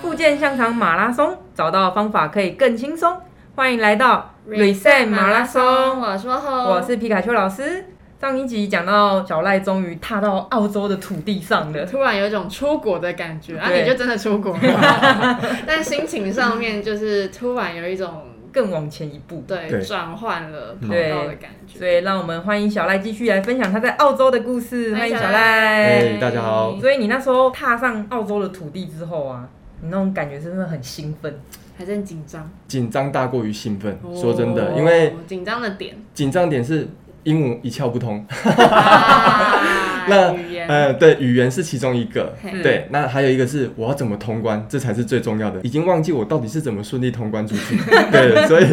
复健香肠马拉松，找到方法可以更轻松。欢迎来到 Reset 马拉松，松，我说吼，我是皮卡丘老师。上一集讲到小赖终于踏到澳洲的土地上了，突然有一种出国的感觉，啊，对你就真的出国 了，但心情上面就是突然有一种更往前一步。对对转换了跑对道的感觉。所以让我们欢迎小赖继续来分享他在澳洲的故事。欢迎小哎赖。大家好所以你那时候踏上澳洲的土地之后啊，你那种感觉是不是很兴奋？还是很紧张。紧张大过于兴奋。说真哦的，因为紧张的 点，紧张点是英文一窍不通，啊那语言，呃，对，语言是其中一个嘿。对，那还有一个是我要怎么通关，这才是最重要的。已经忘记我到底是怎么顺利通关 出去。对，所以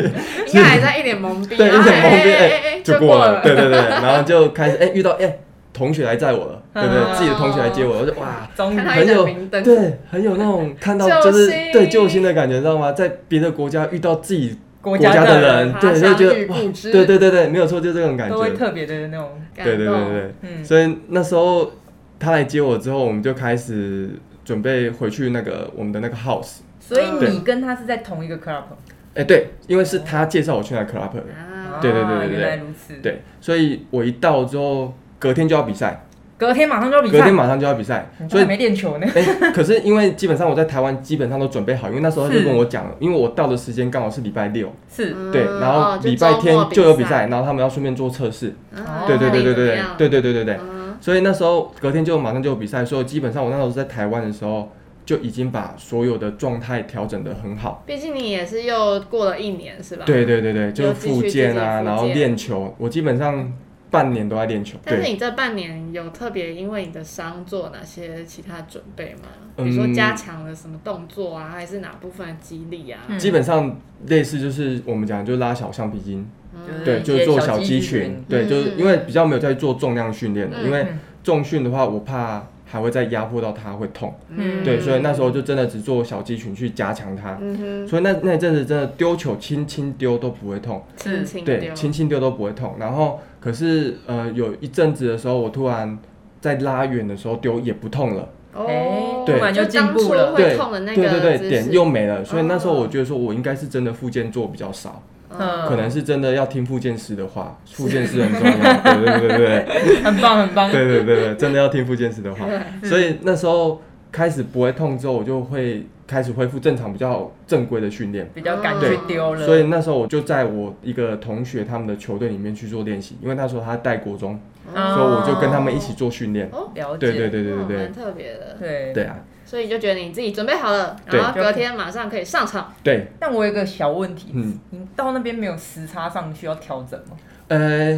应该还在一脸懵逼，对，然一后整懵逼，哎哎哎哎，就就过了。了，对对对，然后就开始哎遇到哎同学来载我了，对不嗯对？自己的同学来接我，我就哇。终于看到很啊一盏有明灯，对，很有那种看到救就是星对救星的感觉，知道吗？在别的国家遇到自己国家的人，他对，就乡觉遇得哇故，知对对对对，没有错，就这种感觉都。会特别的那种，感对对对动对对，嗯，所以那时候他来接我之后，我们就开始准备回去那个我们的那个 house。所以你对跟他是在同一个 club，哎，对，因为是他介绍我去那个 club 的，啊，对对对对啊对原来如此。，对，所以我一到之后，隔天就要比赛，隔天马上就要比隔赛天，马上就要比赛你，都所还以没练球呢。哎、可是因为基本上我在台湾基本上都准备好，因为那时候他就是跟我讲了，因为我到的时间刚好是礼拜六，是，嗯对，然后哦就礼拜天周末就有比赛，然后他们要顺便做测试，啊对对对对对那你怎么样对对对对对，嗯所以那时候隔天就马上就有比赛，所以基本上我那时候在台湾的时候就已经把所有的状态调整的很好。毕竟你也是又过了一年是吧？对对对对，就嗯是又继续复健啊，自己复健然后练球，我基本上半年都在练球。但是对，你这半年有特别因为你的伤做哪些其他准备吗？比嗯如说加强了什么动作啊，还是哪部分的肌力啊？嗯基本上类似就是我们讲的就拉小橡皮筋，嗯对，就是做小肌群群，，对，就是因为比较没有在做重量训练的，嗯因为嗯重训的话，我怕还会再压迫到它会痛，嗯对，所以那时候就真的只做小肌群去加强它，嗯所以那那一阵子真的丢球轻轻丢都不会痛，哼，轻轻对，丢，轻轻丢都不会痛。然后可是呃有一阵子的时候，我突然在拉远的时候丢也不痛了，哦哎，对就当初进步了会对痛的那对个对姿对，势点又没了，所以那时候哦我觉得说我应该是真的复健做比较少，嗯可能是真的要听复健师的 话，复健师很重要，对对对对对。很棒很棒。对对对对，真的要听副健师的 话。嗯所以那时候开始不会痛之后，我就会开始恢复正常、比较正规的训练。比较敢去丢了，所以那时候我就在我一个同学他们的球队里面去做练习，因为那时候他带国中，哦所以我就跟他们一起做训练。了解，对对对对哦对对蛮特别的。对对啊，所以就觉得你自己准备好了，对然后隔天马上可以上场。对，但我有一个小问题，嗯你到那边没有时差上需要调整吗？呃，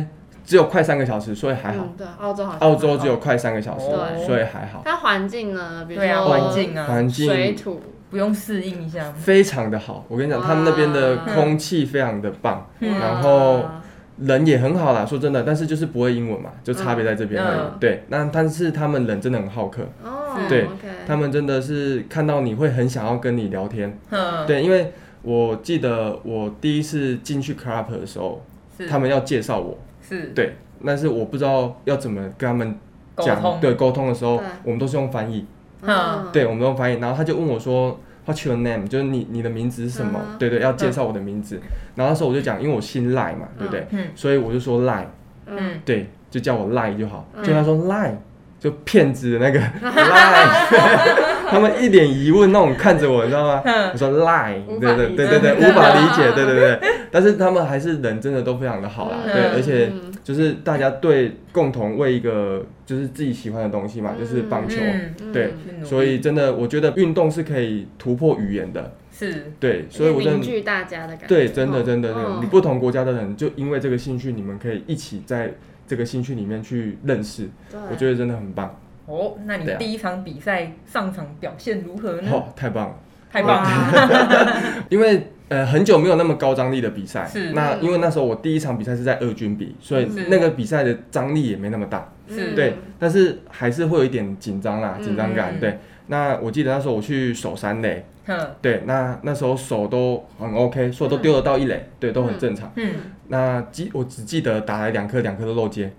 只有快三个小时，所以还好。嗯，对，澳洲好像澳洲只有快三个小时对，所以还好，它环境呢，比如对啊，说哦环境啊，环水境土，不用适应一下吗？非常的好。我跟你讲，他们那边的哇空气非常的棒。嗯然后哇人也很好啦，说真的，但是就是不会英文嘛，就差别在这边而已。嗯对，那但是他们人真的很好客，哦，对 o k 他们真的是看到你会很想要跟你聊天。嗯，对，因为我记得我第一次进去 club 的时候，是他们要介绍我，是对，但是我不知道要怎么跟他们沟讲，通，对，沟通的时候对，我们都是用翻译，嗯对，我们都用翻译。然后他就问我说。What's your name？就是你你的名字是什么嗯哼对对，要介绍我的名字。然后那时候我就讲，因为我姓赖嘛，对不对？嗯所以我就说赖，嗯，嗯，对，就叫我赖就好。嗯就他说赖，就骗 子的那个赖， 他们一脸疑问那种看着我，你知道吗？嗯我说赖，无法对对理嗯对对对，解无法理解，对对对。 但是他们还是人真的都非常的好啦，嗯对，而且嗯就是大家对共同为一个就是自己喜欢的东西嘛，就是棒球，嗯，对嗯去努力所以真的我觉得运动是可以突破语言的，是对，所以我真凝的。聚大家的感觉，对，真的真的，真嗯的你不同国家的人就因为这个兴趣，你们可以一起在这个兴趣里面去认识，对，我觉得真的很棒，哦，那你对啊第一场比赛上场表现如何嗯呢？哦，太棒了！太棒了，了，因为呃很久没有那么高张力的比赛是，那嗯因为那时候我第一场比赛是在二军比，所以是那个比赛的张力也没那么大，是对，但是还是会有一点紧张啦，嗯紧张感，嗯对。那我记得那时候我去守三垒，嗯对，那那时候手都很 OK，所以都丢得到一垒，对，都很嗯正常。嗯，那记我只记得打了两颗，两颗都漏接，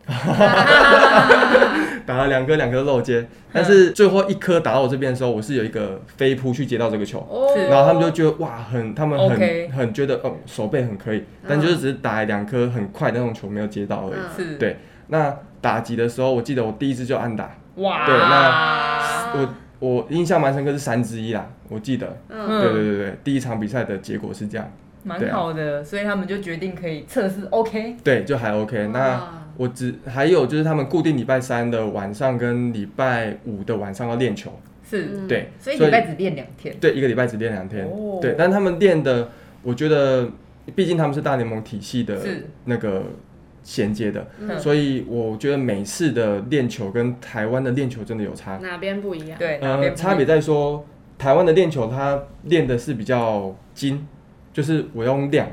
打了两颗两颗漏嗯接，但是最后一颗打到我这边的时候，我是有一个飞扑去接到这个球， 哦是然后他们就觉得哇，很他们很 OK 嗯很觉得哦手背很可以，但就是只是打了两颗很快的那种球没有接到而已。嗯是，对那打击的时候，我记得我第一次就按打，哇，对那嗯我我印象蛮深刻是三之一啦，我记得。嗯，对对对对，第一场比赛的结果是这样，蛮对啊好的，所以他们就决定可以测试 OK，对，就还 OK。那哦哇我只还有就是他们固定礼拜三的晚上跟礼拜五的晚上要练球，是，嗯对，所以礼拜只练两天，对一个礼拜只练两天，哦对，但他们练的，我觉得毕竟他们是大联盟体系的是那个衔接的，嗯所以我觉得每次的练球跟台湾的练球真的有差，哪边不一样？嗯对，哪呃，边不差别在说台湾的练球它练的是比较精，就是我要用量。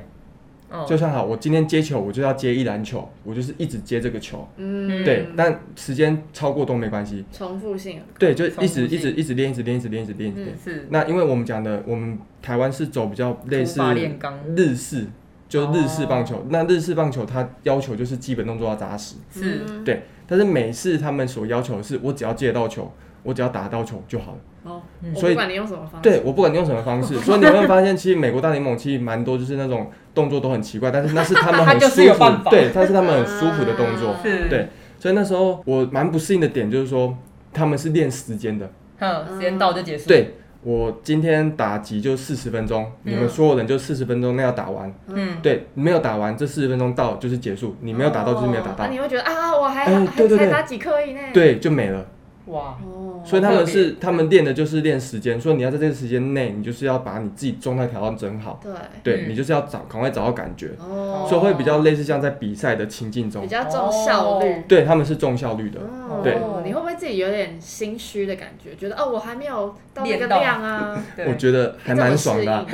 哦就像好，我今天接球，我就要接一篮球，我就是一直接这个球，嗯，对，但时间超过都没关系，重复性对，就一重复性嗯直一直一直练，一直练，一直练，一直练，一直练。是那因为我们讲的，我们台湾是走比较类似土法炼钢日式，就日式哦棒球。那日式棒球它要求就是基本动作要扎实，是，嗯对。但是美式他们所要求的是，我只要接得到球，我只要打得到球就好了。哦，嗯我所以不管你用什么方式，对，我不管你用什么方 式，所以你会发现，其实美国大联盟其实蛮多就是那种动作都很奇怪，但是那是他们他 很就舒是有办服，法对，但是他们很舒服的动作啊。是对所以那时候我蛮不适应的点就是说，他们是练时间的，哼，嗯时间到就结束，，对。我今天打击就四十分钟，嗯你们所有人就四十分钟那要打完。嗯，对，没有打完这四十分钟到就是结束，你没有打到就是没有打到哦啊，你会觉得啊，我还哎还对对对才打几颗以内，，对，就没了。哇，哦，所以他好们特别是他们练的就是练时间，所以你要在这个时间内，你就是要把你自己状态调到整好。对，对嗯你就是要找赶快找到感觉。哦，所以会比较类似像在比赛的情境中比，较重效率。对他们是重效率的。哦对你会不会自己有点心虚的感觉？觉得哦，我还没有到那个练到量啊，对我觉得还蛮爽的啊、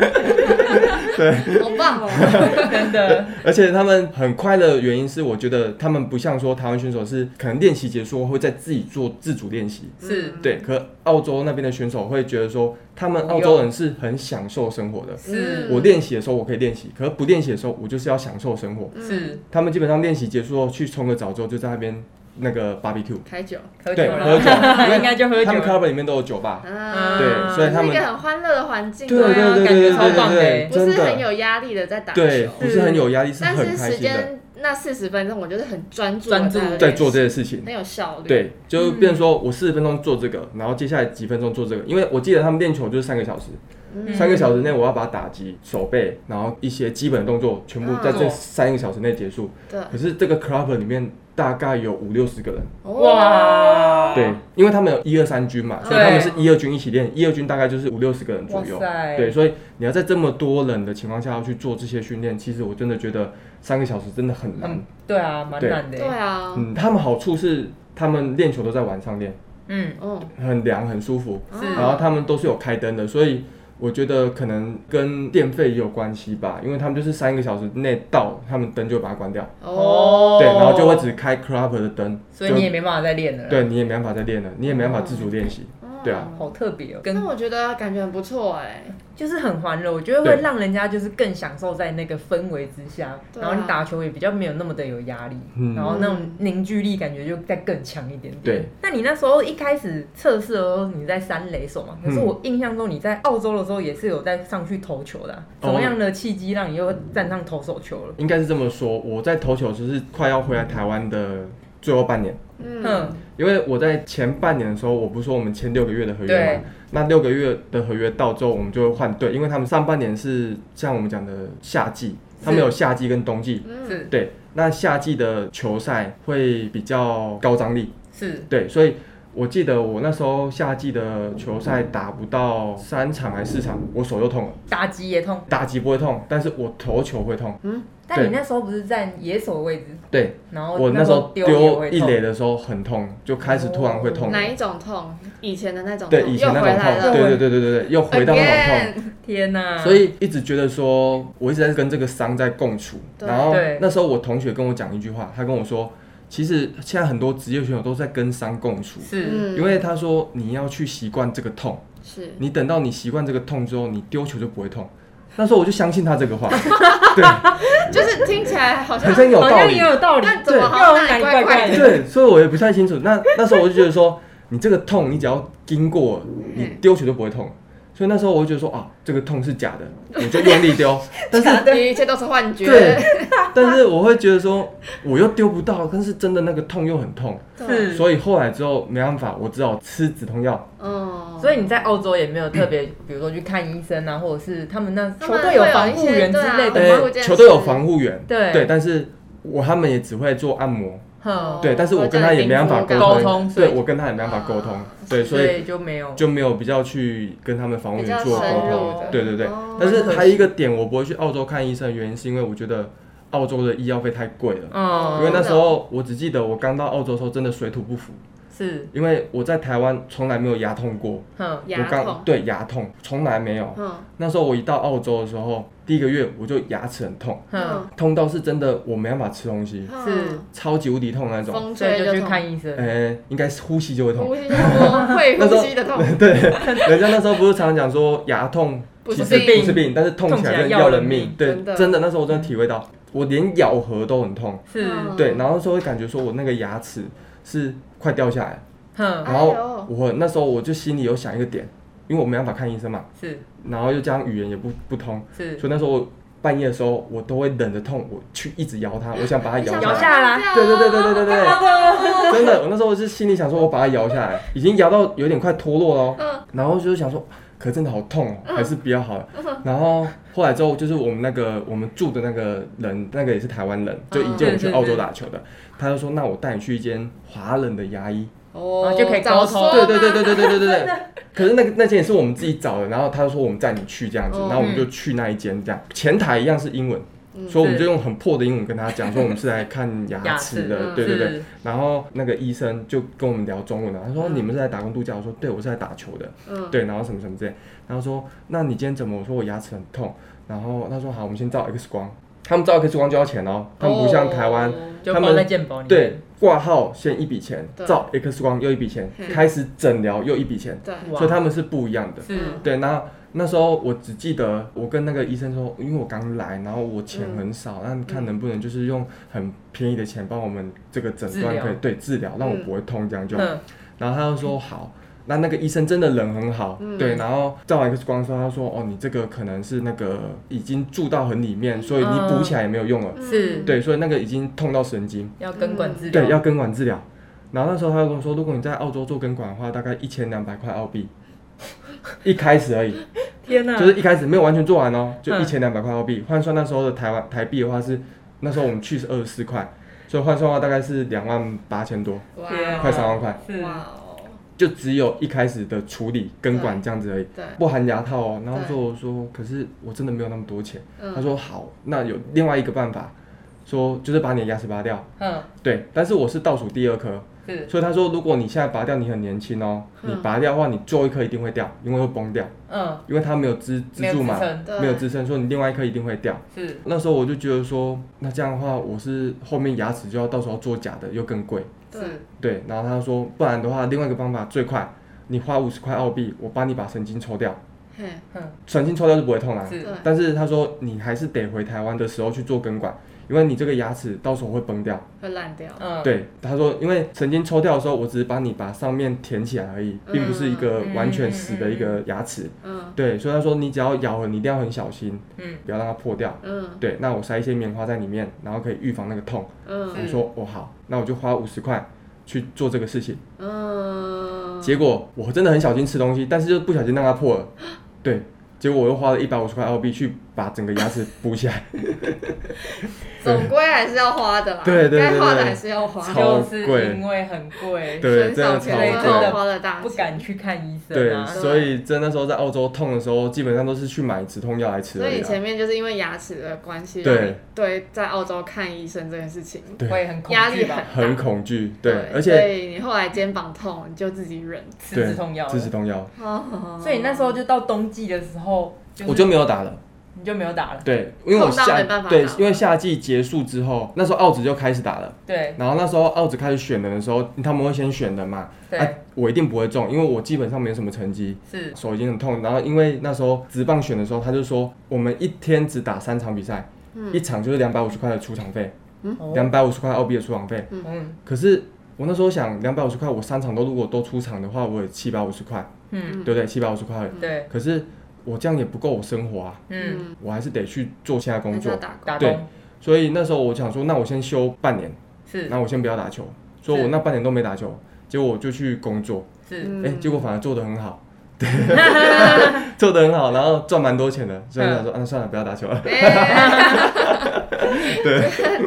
这 么适应好棒哦！ 真的，而且他们很快乐的原因是，我觉得他们不像说台湾选手是可能练习结束后会再自己做自主练习，是对。可澳洲那边的选手会觉得说，他们澳洲人是很享受生活的。是嗯我练习的时候我可以练习，可是不练习的时候我就是要享受生活。嗯是他们基本上练习结束后去冲个澡之后就在那边那个 barbecue，开酒，喝酒 对，了喝，酒，因为应该就喝他酒们了， club 里面都有酒吧，啊，对，所以他是一们个很欢乐的环境，对啊对对对感觉对超棒的对，不真是很的，有压力的在打球，对，不是很有压力，是但很是开时心的，间那四十分钟，我就是很专注专注地在练做习这些事情。很有效率，，对，就变成说我四十分钟做这个，然后接下来几分钟做这个，因为我记得他们练球就是三个小时，嗯三个小时内我要把打击、手背，然后一些基本的动作全部在这嗯三个小时内结束。对，可是这个 club 里面大概有五六十个人，哇，对，因为他们有一二三军嘛，所以对他们是一二军一起练，一二军大概就是五六十个人左哇右。塞，对，，所以你要在这么多人的情况下要去做这些训练，其实我真的觉得三个小时真的很难。嗯，对啊，蛮难对的，啊，嗯，他们好处是他们练球都在晚上练，嗯，嗯，很凉很舒服，是嗯然后他们都是有开灯的，所以我觉得可能跟电费也有关系吧，因为他们就是三个小时内到，他们灯就把它关掉，哦，对，然后就会只开 club 的灯，所以你也就没办法再练了，，对你也没办法再练了，你也没办法自主练习，对啊嗯好特别哦，跟那我觉得感觉很不错哎，就是很欢乐，我觉得会对让人家就是更享受在那个氛围之下，对啊然后你打球也比较没有那么的有压力，嗯然后那种凝聚力感觉就再更强一点点。对，那你那时候一开始测试的时候你在三垒手嘛，可是嗯我印象中你在澳洲的时候也是有在上去投球的啊、哦什么样的契机让你又站上投手球了？应该是这么说。我在投球时是快要回来台湾的最后半年。嗯嗯，，因为我在前半年的时候，我不是说我们签六个月的合约对嘛，那六个月的合约到之后，我们就会换队，因为他们上半年是像我们讲的夏季，他们是有夏季跟冬季，嗯，是对，那夏季的球赛会比较高张力，是，对，所以我记得我那时候夏季的球赛打不到三场还是四场，我手就痛了，打击也痛，打击不会痛，但是我投球会痛，但你那时候不是站野手的位置，对然哦后我那那时候也丢会一痛垒的时候很痛，就开始突然会痛了。哦哪一种痛？以前的那种痛，对以前那又回种来痛，了，对对对对对对，又回到那种 Again，天哪、痛，所以一直觉得说，我一直在跟这个伤在共处。对然后对那时候我同学跟我讲一句话，他跟我说，其实现在很多职业选手都在跟伤共处，是嗯，因为他说你要去习惯这个痛，是你等到你习惯这个痛之后，你丢球就不会痛。那时候我就相信他这 个话，对，就是听起来好像好像有好道像理也。有道理，但怎么对好像又哪哪里里怪怪怪怪的？的对，所以我也不太清楚。那那时候我就觉得说，你这个痛，你只要经过，你丢球就不会痛。所以那时候我就觉得说啊，这个痛是假的，我就用力 丢。但是对，一切都是幻觉。对，但是我会觉得说，我又丢不到，但是真的那个痛又很痛。对，是，所以后来之后没办法，我只好吃止痛药。嗯，所以你在澳洲也没有特别，比如说去看医生啊，或者是他们那他球们队有会有防一护些员之对啊类对的吗？我健球队有身防护员，对对，但是我他们也只会做按摩，哼，哦对，但是我跟他也没办法沟沟通所以对我跟他也没办法沟通啊，对，所所以以就没有。就没有比较去跟他们防护比员较做沟深通入，的，对对对。哦但是蛮可惜还有一个点，我不会去澳洲看医生，的原因是因为我觉得澳洲的医药费太贵了。哦嗯，因为那时候我只记得我刚到澳洲的时候真的水土不服，是，因为我在台湾从来没有牙痛过，哼，我牙刚痛，对牙痛从来没有。嗯那时候我一到澳洲的时候，第一个月我就牙齿很痛，嗯哼，痛到是真的我没办法吃东西，是超级无敌痛那种。风所以吹就去痛看医生。呃，应该是呼吸就会痛。呼吸痛，会呼吸的痛， 对，人家那时候不是常讲说牙痛不其是实病不是病，但是痛起来真的要人命。对真，的真的那时候我真的体会到，我连咬合都很痛。是，嗯对，然后那时候会感觉说我那个牙齿是快掉下来，哼，然后哎呦我那时候我就心里有想一个点，因为我没办法看医生嘛，是然后又加上语言也不不通，是，所以那时候我半夜的时候，我都会忍着痛，我去一直摇它，我想把它摇摇下来。下来对对对对对对对，的， 真的，我那时候是心里想说，我把它摇下来，已经摇到有点快脱落了哦，嗯然后就想说，可真的好痛哦，嗯还是比较好了。然后后来之后，就是我们那个我们住的那个人，那个也是台湾哦人，就引荐我去澳洲打球的，他就说，那我带你去一间华人的牙医。啊哦就可以沟早通说对对对嘛，对对对对对对。可是那个那间也是我们自己找的，然后他就说我们带你去这样子，嗯然后我们就去那一间这样，前台一样是英文，嗯所以我们是就用很破的英文跟他讲说我们是来看牙齿牙的，齿嗯对对对。嗯是，然后那个医生就跟我们聊中文啊，他说嗯你们是来打工度假，我说对，我是来打球的，嗯，对，然后什么什么之类，然后说那你今天怎么？我说我牙齿很痛，然后他说好，我们先照 X 光，他们照 X 光就要钱哦，他们不像台湾。哦就他包们在健保里面。对，挂号先一笔钱，对照 X 光又一笔钱嗯，开始诊疗又一笔钱，对，哇所以他们是不一样的。是对，那那时候我只记得我跟那个医生说，因为我刚来，然后我钱很少，那、你看能不能就是用很便宜的钱帮我们这个诊断治疗可以对治疗，让我嗯不会痛这样就好。哼，然后他就说好。那那个医生真的人很好，嗯对，然后照完 X 光之后，他说：“哦，你这个可能是那个已经住到很里面，所以你补起来也没有用了。嗯是对，所以那个已经痛到神经，要根管治疗。对，要根管治疗。然后那时候他就跟我说，如果你在澳洲做根管的话，大概一千两百块澳币，一开始而已，天哪，就是一开始没有完全做完哦，就嗯一千两百块澳币，换算那时候的台湾台币的话是，那时候我们去是二十四块，所以换算的话大概是两万八千多，哇天啊快三万块，是哇哦，就只有一开始的处理根管这样子而已。对，不含牙套哦，然后对说我说，可是我真的没有那么多钱。嗯他说好，那有另外一个办法，说就是把你的牙齿拔掉。哼，对，但是我是倒数第二颗，是，所以他说，如果你现在拔掉，你很年轻哦，你嗯拔掉的话，你最后一颗一定会掉，因为会崩掉，嗯，因为它没有支没支有柱支嘛，撑，对没有支撑，所以你另外一颗一定会掉。是那时候我就觉得说，那这样的话，我是后面牙齿就要到时候做假的，又更贵。对，是，对，然后他说，不然的话，另外一个方法最快，你花五十块澳币，我帮你把神经抽掉，嘿，哼，神经抽掉就不会痛啦、啊是对，但是他说，你还是得回台湾的时候去做根管，因为你这个牙齿到时候会崩掉。会烂掉，嗯，对，他说，因为神经抽掉的时候，我只是帮你把上面填起来而已，嗯并不是一个完全死的一个牙齿。嗯对，所以他说你只要咬合，你一定要很小心，嗯，不要让它破掉。嗯对，那我塞一些棉花在里面，然后可以预防那个痛。嗯我说哦好，那我就花五十块去做这个事情。嗯，结果我真的很小心吃东西，但是就不小心让它破了。对，结果我又花了一百五十块澳币去把整个牙齿补起来，总归还是要花的啦，对对对该花的对还是要啊花，超就是贵因为很贵，对，很真的少超钱的之后贵。花了大不钱，敢去看医生对，啊。所以真的那时候在澳洲痛的时候，基本上都是去买止痛药来吃所而以已你啊。前面就是因为牙齿的关系，对让你对，在澳洲看医生这件事情，对会很恐压惧力吧？很恐惧，对，而所且以你后来肩膀痛，你就自己忍。吃对止痛药了，吃止痛药，哦所以那时候就到冬季的时候，我是就没有打了。你就没有打了。对，因为我碰到夏没办法对打，因为夏季结束之后，那时候澳职就开始打了。对然后那时候澳职开始选人的时候，他们会先选人嘛，对、啊，我一定不会中，因为我基本上没有什么成绩，是，手已经很痛。然后因为那时候职棒选的时候，他就说我们一天只打三场比赛，嗯一场就是两百五十块的出场费，哦两百五十块澳币的出场费。嗯可是我那时候想，两百五十块，我三场都如果都出场的话，我有七百五十块，嗯，对不对？七百五十块而已。对，可是我这样也不够我生活啊，嗯，我还是得去做其他工还是要作。打工，打对工所以那时候我想说，那我先休半年，是那我先不要打球。所以我那半年都没打球，结果我就去工作，是，哎、结果反而做得很好。 对，做得很好，然后赚蛮多钱的，所以我想嗯说，啊，那算了，不要打球了。 哎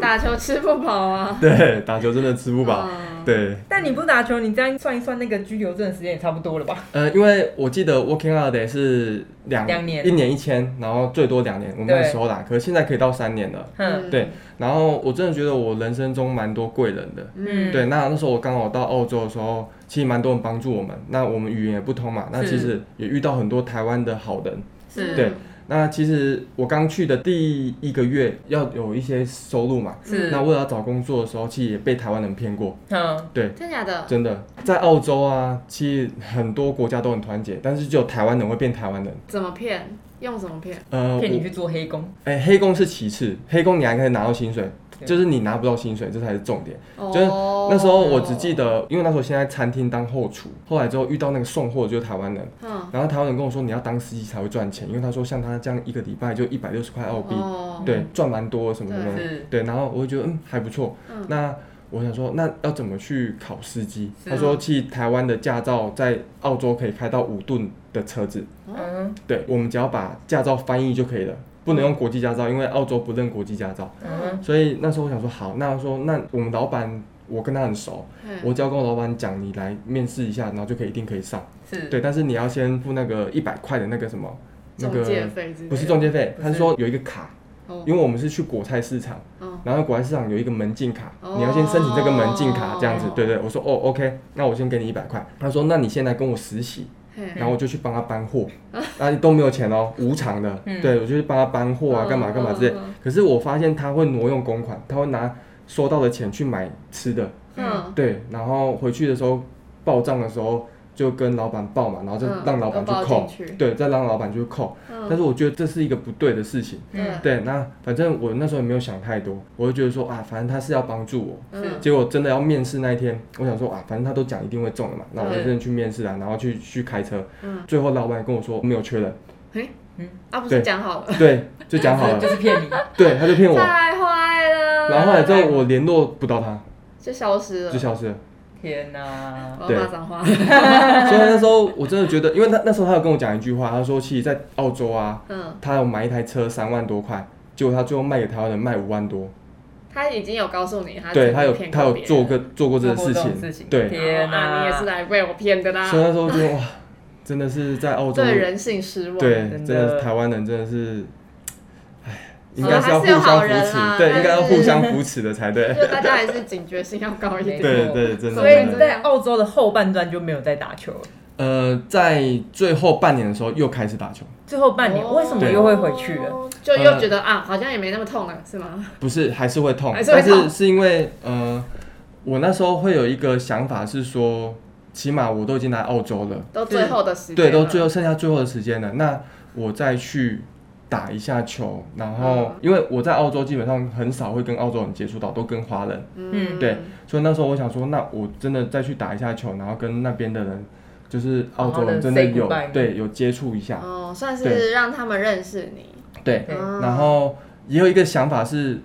打球吃不饱啊，对，打球真的吃不饱。嗯对，但你不打球，你这样算一算，那个居留证的时间也差不多了吧？呃，因为我记得 working out day 是两两年一年一千，然后最多两年，我们对那时候啦，可是现在可以到三年了。嗯哼，对，然后我真的觉得我人生中蛮多贵人的。嗯对，那那时候我刚好到澳洲的时候，其实蛮多人帮助我们。那我们语言也不通嘛，那是其实也遇到很多台湾的好人。是对，那其实我刚去的第一个月要有一些收入嘛，是，那为了要找工作的时候，其实也被台湾人骗过。嗯，对，真假的？真的，在澳洲啊，其实很多国家都很团结，但是只有台湾人会变台湾人。怎么骗？用什么骗？呃，骗你我去做黑工，哎、黑工是其次，黑工你还可以拿到薪水，对就是你拿不到薪水，这才是重点。就是哦那时候我只记，得，因为那时候先在餐厅当后厨，后来之后遇到那个送货的就是台湾人，啊嗯，然后台湾人跟我说你要当司机才会赚钱，因为他说像他这样一个礼拜就一百六十块澳币，哦，对，赚蛮多什么什么的，是对，然后我就觉得嗯还不错，嗯那。我想说，那要怎么去考司机？是啊他说，其实台湾的驾照在澳洲可以开到五吨的车子，嗯对，我们只要把驾照翻译就可以了，不能用国际驾照，因为澳洲不认国际驾照。嗯，所以那时候我想说，好，那说那我们老板，我跟他很熟，嗯我只要跟我老板讲，你来面试一下，然后就可以一定可以上。嗯是，对，但是你要先付那个一百块的那个什么，那中介个费之类的不是中介费，不是他是说有一个卡，哦因为我们是去果菜市场，哦然后果菜市场有一个门禁卡，哦你要先申请这个门禁卡，这样子哦。对对，我说哦，OK，那我先给你一百块。他说，那你先来跟我实习。嘿然后我就去帮他搬货，那都没有钱哦，无偿的，嗯对我就去帮他搬货啊，干嘛干嘛之类嗯嗯。可是我发现他会挪用公款，他会拿收到的钱去买吃的，嗯，对，然后回去的时候报账的时候就跟老板报嘛，然后再嗯让老板去都报扣进去，对，再让老板去扣。嗯但是我觉得这是一个不对的事情，嗯对，那反正我那时候也没有想太多，我就觉得说啊，反正他是要帮助我，嗯结果真的要面试那一天，我想说啊，反正他都讲一定会中的嘛，那我就对真的去面试啊，然后去去开车。嗯最后老板跟我说没有缺人，啊，不对是讲好了，对，就 讲好了就，是骗你，对，他就骗我。太坏了。然后后来之后我联络不到他，就消失了就，消失了。天哪，我对要骂脏话。所以那时候我真的觉得，因为他那时候他有跟我讲一句话，他说其实，在澳洲啊，嗯，他有买一台车三万多块，结果他最后卖给台湾人卖五万多。他已经有告诉啊你，他对自己他有骗他有别人做过做过这个做过事这种情，事情对。天啊，哪你也是来被我骗的啦所以，那时候就哇，真的是在澳洲啊对人性失望。对，真真的的台湾人真的是，唉，应好该啦是要还互是有相好扶人持，啦对，但应该要是互相扶持的才对。就大家还是警觉性要高一点。对对，真的。所以真你的在澳洲的后半段就没有再打球了，呃，在最后半年的时候又开始打球，最后半年哦为什么又会回去了？？嗯就又觉得啊，好像也没那么痛了，是吗？不是还是会痛，还是会但痛是是因为呃，我那时候会有一个想法是说，起码我都已经来澳洲了，都最后的时间了，对，都最后剩下最后的时间了，那我再去。打一下球，然后、嗯因为我在澳洲基本上很少会跟澳洲人接触到，都跟华人。嗯对，所以那时候我想说，那我真的再去打一下球，然后跟那边的人，就是澳洲人真的有好好地 say goodbye 对有接触一下，哦，算是对让他们认识你。对。对嗯然后也有一个想法是，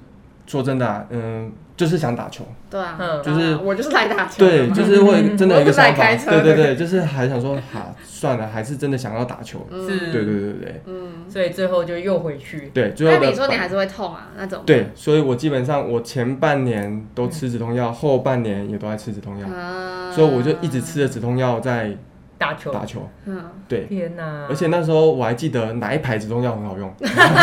说真的、啊，嗯，就是想打球，对啊，嗯当然就是我就是来打球的对，嘛，嗯就是 会真的有一个想我法，不是来开车对的对对，就是还想说，哈，算了，还是真的想要打球，嗯是对对对对嗯。所以最后就又回去，对，最那后你说你的。还是会痛啊？那怎么办？对，所以我基本上我前半年都吃止痛嗯药，后半年也都在吃止痛药，啊所以我就一直吃着止痛药在打球，打球。嗯，对，天哪！而且那时候我还记得哪一牌止痛药很 好用。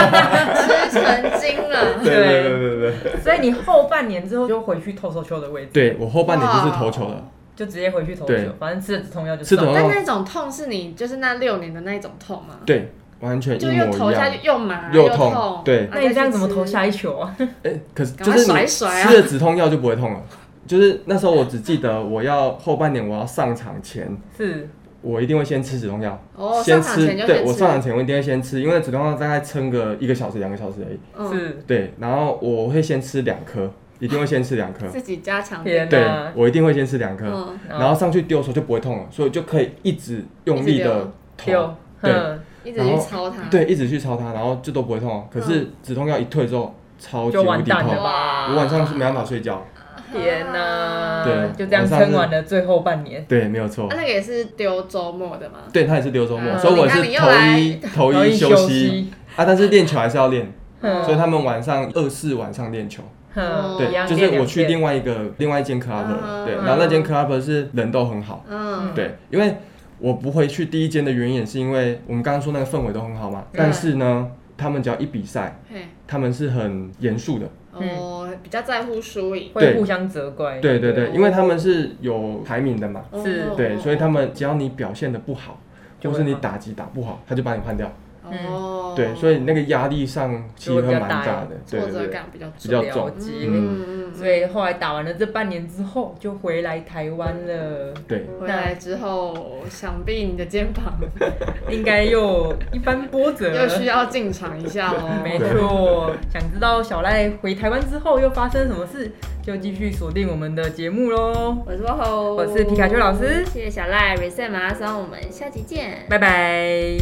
吃成精 了。对对对对，所以你后半年之后就回去投手球的位置，对我后半年就是投球了，就直接回去投球对，反正吃了止痛药就吃止上痛但药。那种痛是你就是那六年的那一种痛吗？对，完全一就又模投一下样。去又麻又痛痛，对然后那你再这样去怎么吃投？下一球啊？ 哎、可是赶就快是甩你一甩啊吃了止痛药就不会痛了。就是那时候我只记得我要后半年我要上场前，是，我一定会先吃止痛药，哦，上先场前就对我吃上场前我一定会先吃，因为止痛药大概撑个一个小时两个小时而已。嗯，是，对，然后我会先吃两颗，一定会先吃两颗。自己加强天点，对哪，！我一定会先吃两颗，嗯，然后上去丢的时候就不会痛了，所以就可以一直用力的丢投，，对哼，一直去抄它，啊对，一直去抄它，然后就都不会痛哦。可是止痛药一退之后，超级就无完敌蛋痛，了我吧？晚上是没办法睡觉。天哪！对就这样撑完了最后半年。对，没有啊，。错那个也是丢周末的嘛，对他也是丢周末，嗯所以我你是看你又头来一头然后一一休息，啊，但是练球还是要练，嗯所以他们晚上二四晚上练球。哼，哦一对，样就是练我两去遍另外一个另外一间 club，嗯对，然后那间 club 是人都很好。嗯，对，因为我不会去第一间的原因也是因为我们刚刚说那个氛围都很好嘛，嗯但是呢，他们只要一比赛，嘿，他们是很严肃的，嗯哦，比较在乎输赢，会对互相责怪。嗯对对对，对因为他们是有排名的嘛，是哦对，所以他们只要你表现的不好，就或会是你打击打不好，他就把你换掉，嗯哦，对，所以那个压力上其实就会比较会蛮大大的，对挫对折对，感比较比重，较了重，解。嗯嗯所以后来打完了这半年之后，就回来台湾了，对，嗯，回来之后，想必你的 肩膀应该又一番波折。又需要进场一下喽， 没错，想知道小赖回台湾之后又发生什么事，就继续锁定我们的节目喽。我是波猴，我是皮卡丘老师谢谢小赖 reset 马拉松，我们下期见，拜拜。